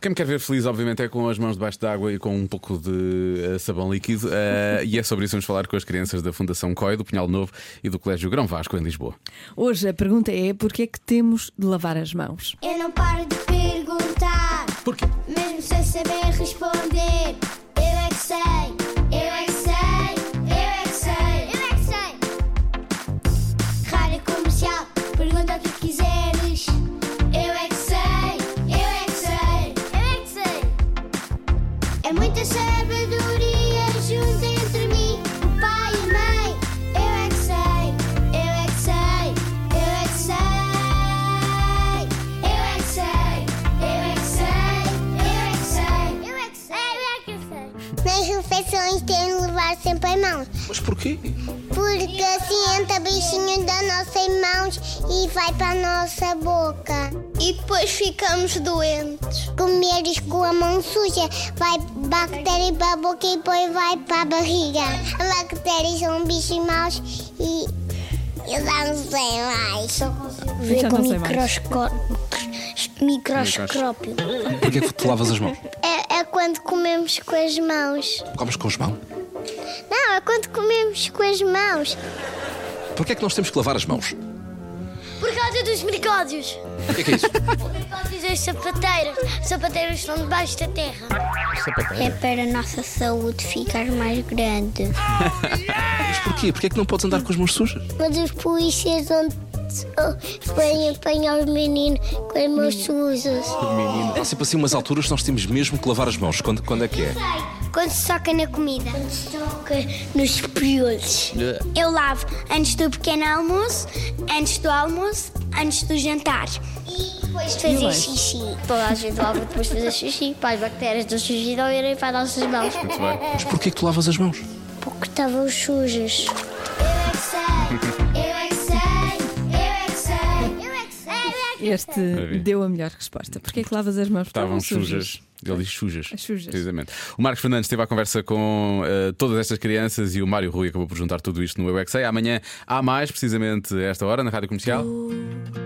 Quem me quer ver feliz, obviamente, é com as mãos debaixo d'água e com um pouco de eh, sabão líquido. Eh, e é sobre isso que vamos falar com as crianças da Fundação COI, do Pinhal Novo e do Colégio Grão Vasco, em Lisboa. Hoje a pergunta é porque é que temos de lavar as mãos? Eu não paro de perguntar, Porquê? mesmo sem saber responder. Eu é que sei, eu é que sei, eu é que sei, eu é que sei. Rádio comercial, pergunta o que quiseres. Eu é que sei, eu é que sei, eu é que sei. É muita sabedoria junto entre mim, o pai e a mãe. Eu é que sei, eu é que sei, eu é que sei. Eu é que sei, eu é que sei, eu é que sei. Eu é que sei, eu é que sei. Nas refeições têm de levar sempre as mãos. Mas porquê? Porque assim entra bichinho das nossas mãos e vai para a nossa boca. E depois ficamos doentes. Comeres com a mão suja, vai bactéria para a boca e depois vai para a barriga. As bactérias são bichos maus e. Eu já não sei mais. Eu já Ver não com sei mais. microscópio. Porquê que te lavas as mãos? É, é quando comemos com as mãos. Comes com as mãos? Não, é quando comemos com as mãos. Porquê é que nós temos que lavar as mãos? Por causa dos mercódios. O que é que é isso? Mercódios as sapateiras. Sapateiras estão debaixo da terra. É para a nossa saúde ficar mais grande. Mas porquê? Porquê é que não podes andar com as mãos sujas? Mas os polícias onde oh, vêm apanhar os meninos com as mãos Hum. sujas. Há sempre assim umas alturas que nós temos mesmo que lavar as mãos. Quando, quando é que é? Quando se toca na comida. Quando se toca nos piolhos. É. Eu lavo antes do pequeno almoço, antes do almoço, antes do jantar. E depois E bem. fazer xixi. Toda a gente lava depois de fazer xixi, para as bactérias do xixi não irem para as nossas mãos. Muito bem. Mas porquê é que tu lavas as mãos? Porque estavam sujas. Eu é que sei, eu é que sei, eu é que sei, eu é que sei. Este Maravilha. deu a melhor resposta. Porque é que lavas as mãos? Estavam sujas. Ele diz sujas. As sujas. Precisamente. O Marcos Fernandes teve a conversa com eh, todas estas crianças e o Mário Rui acabou por juntar tudo isto no Eu é Que Sei. Amanhã há mais, precisamente a esta hora, na Rádio Comercial. Tu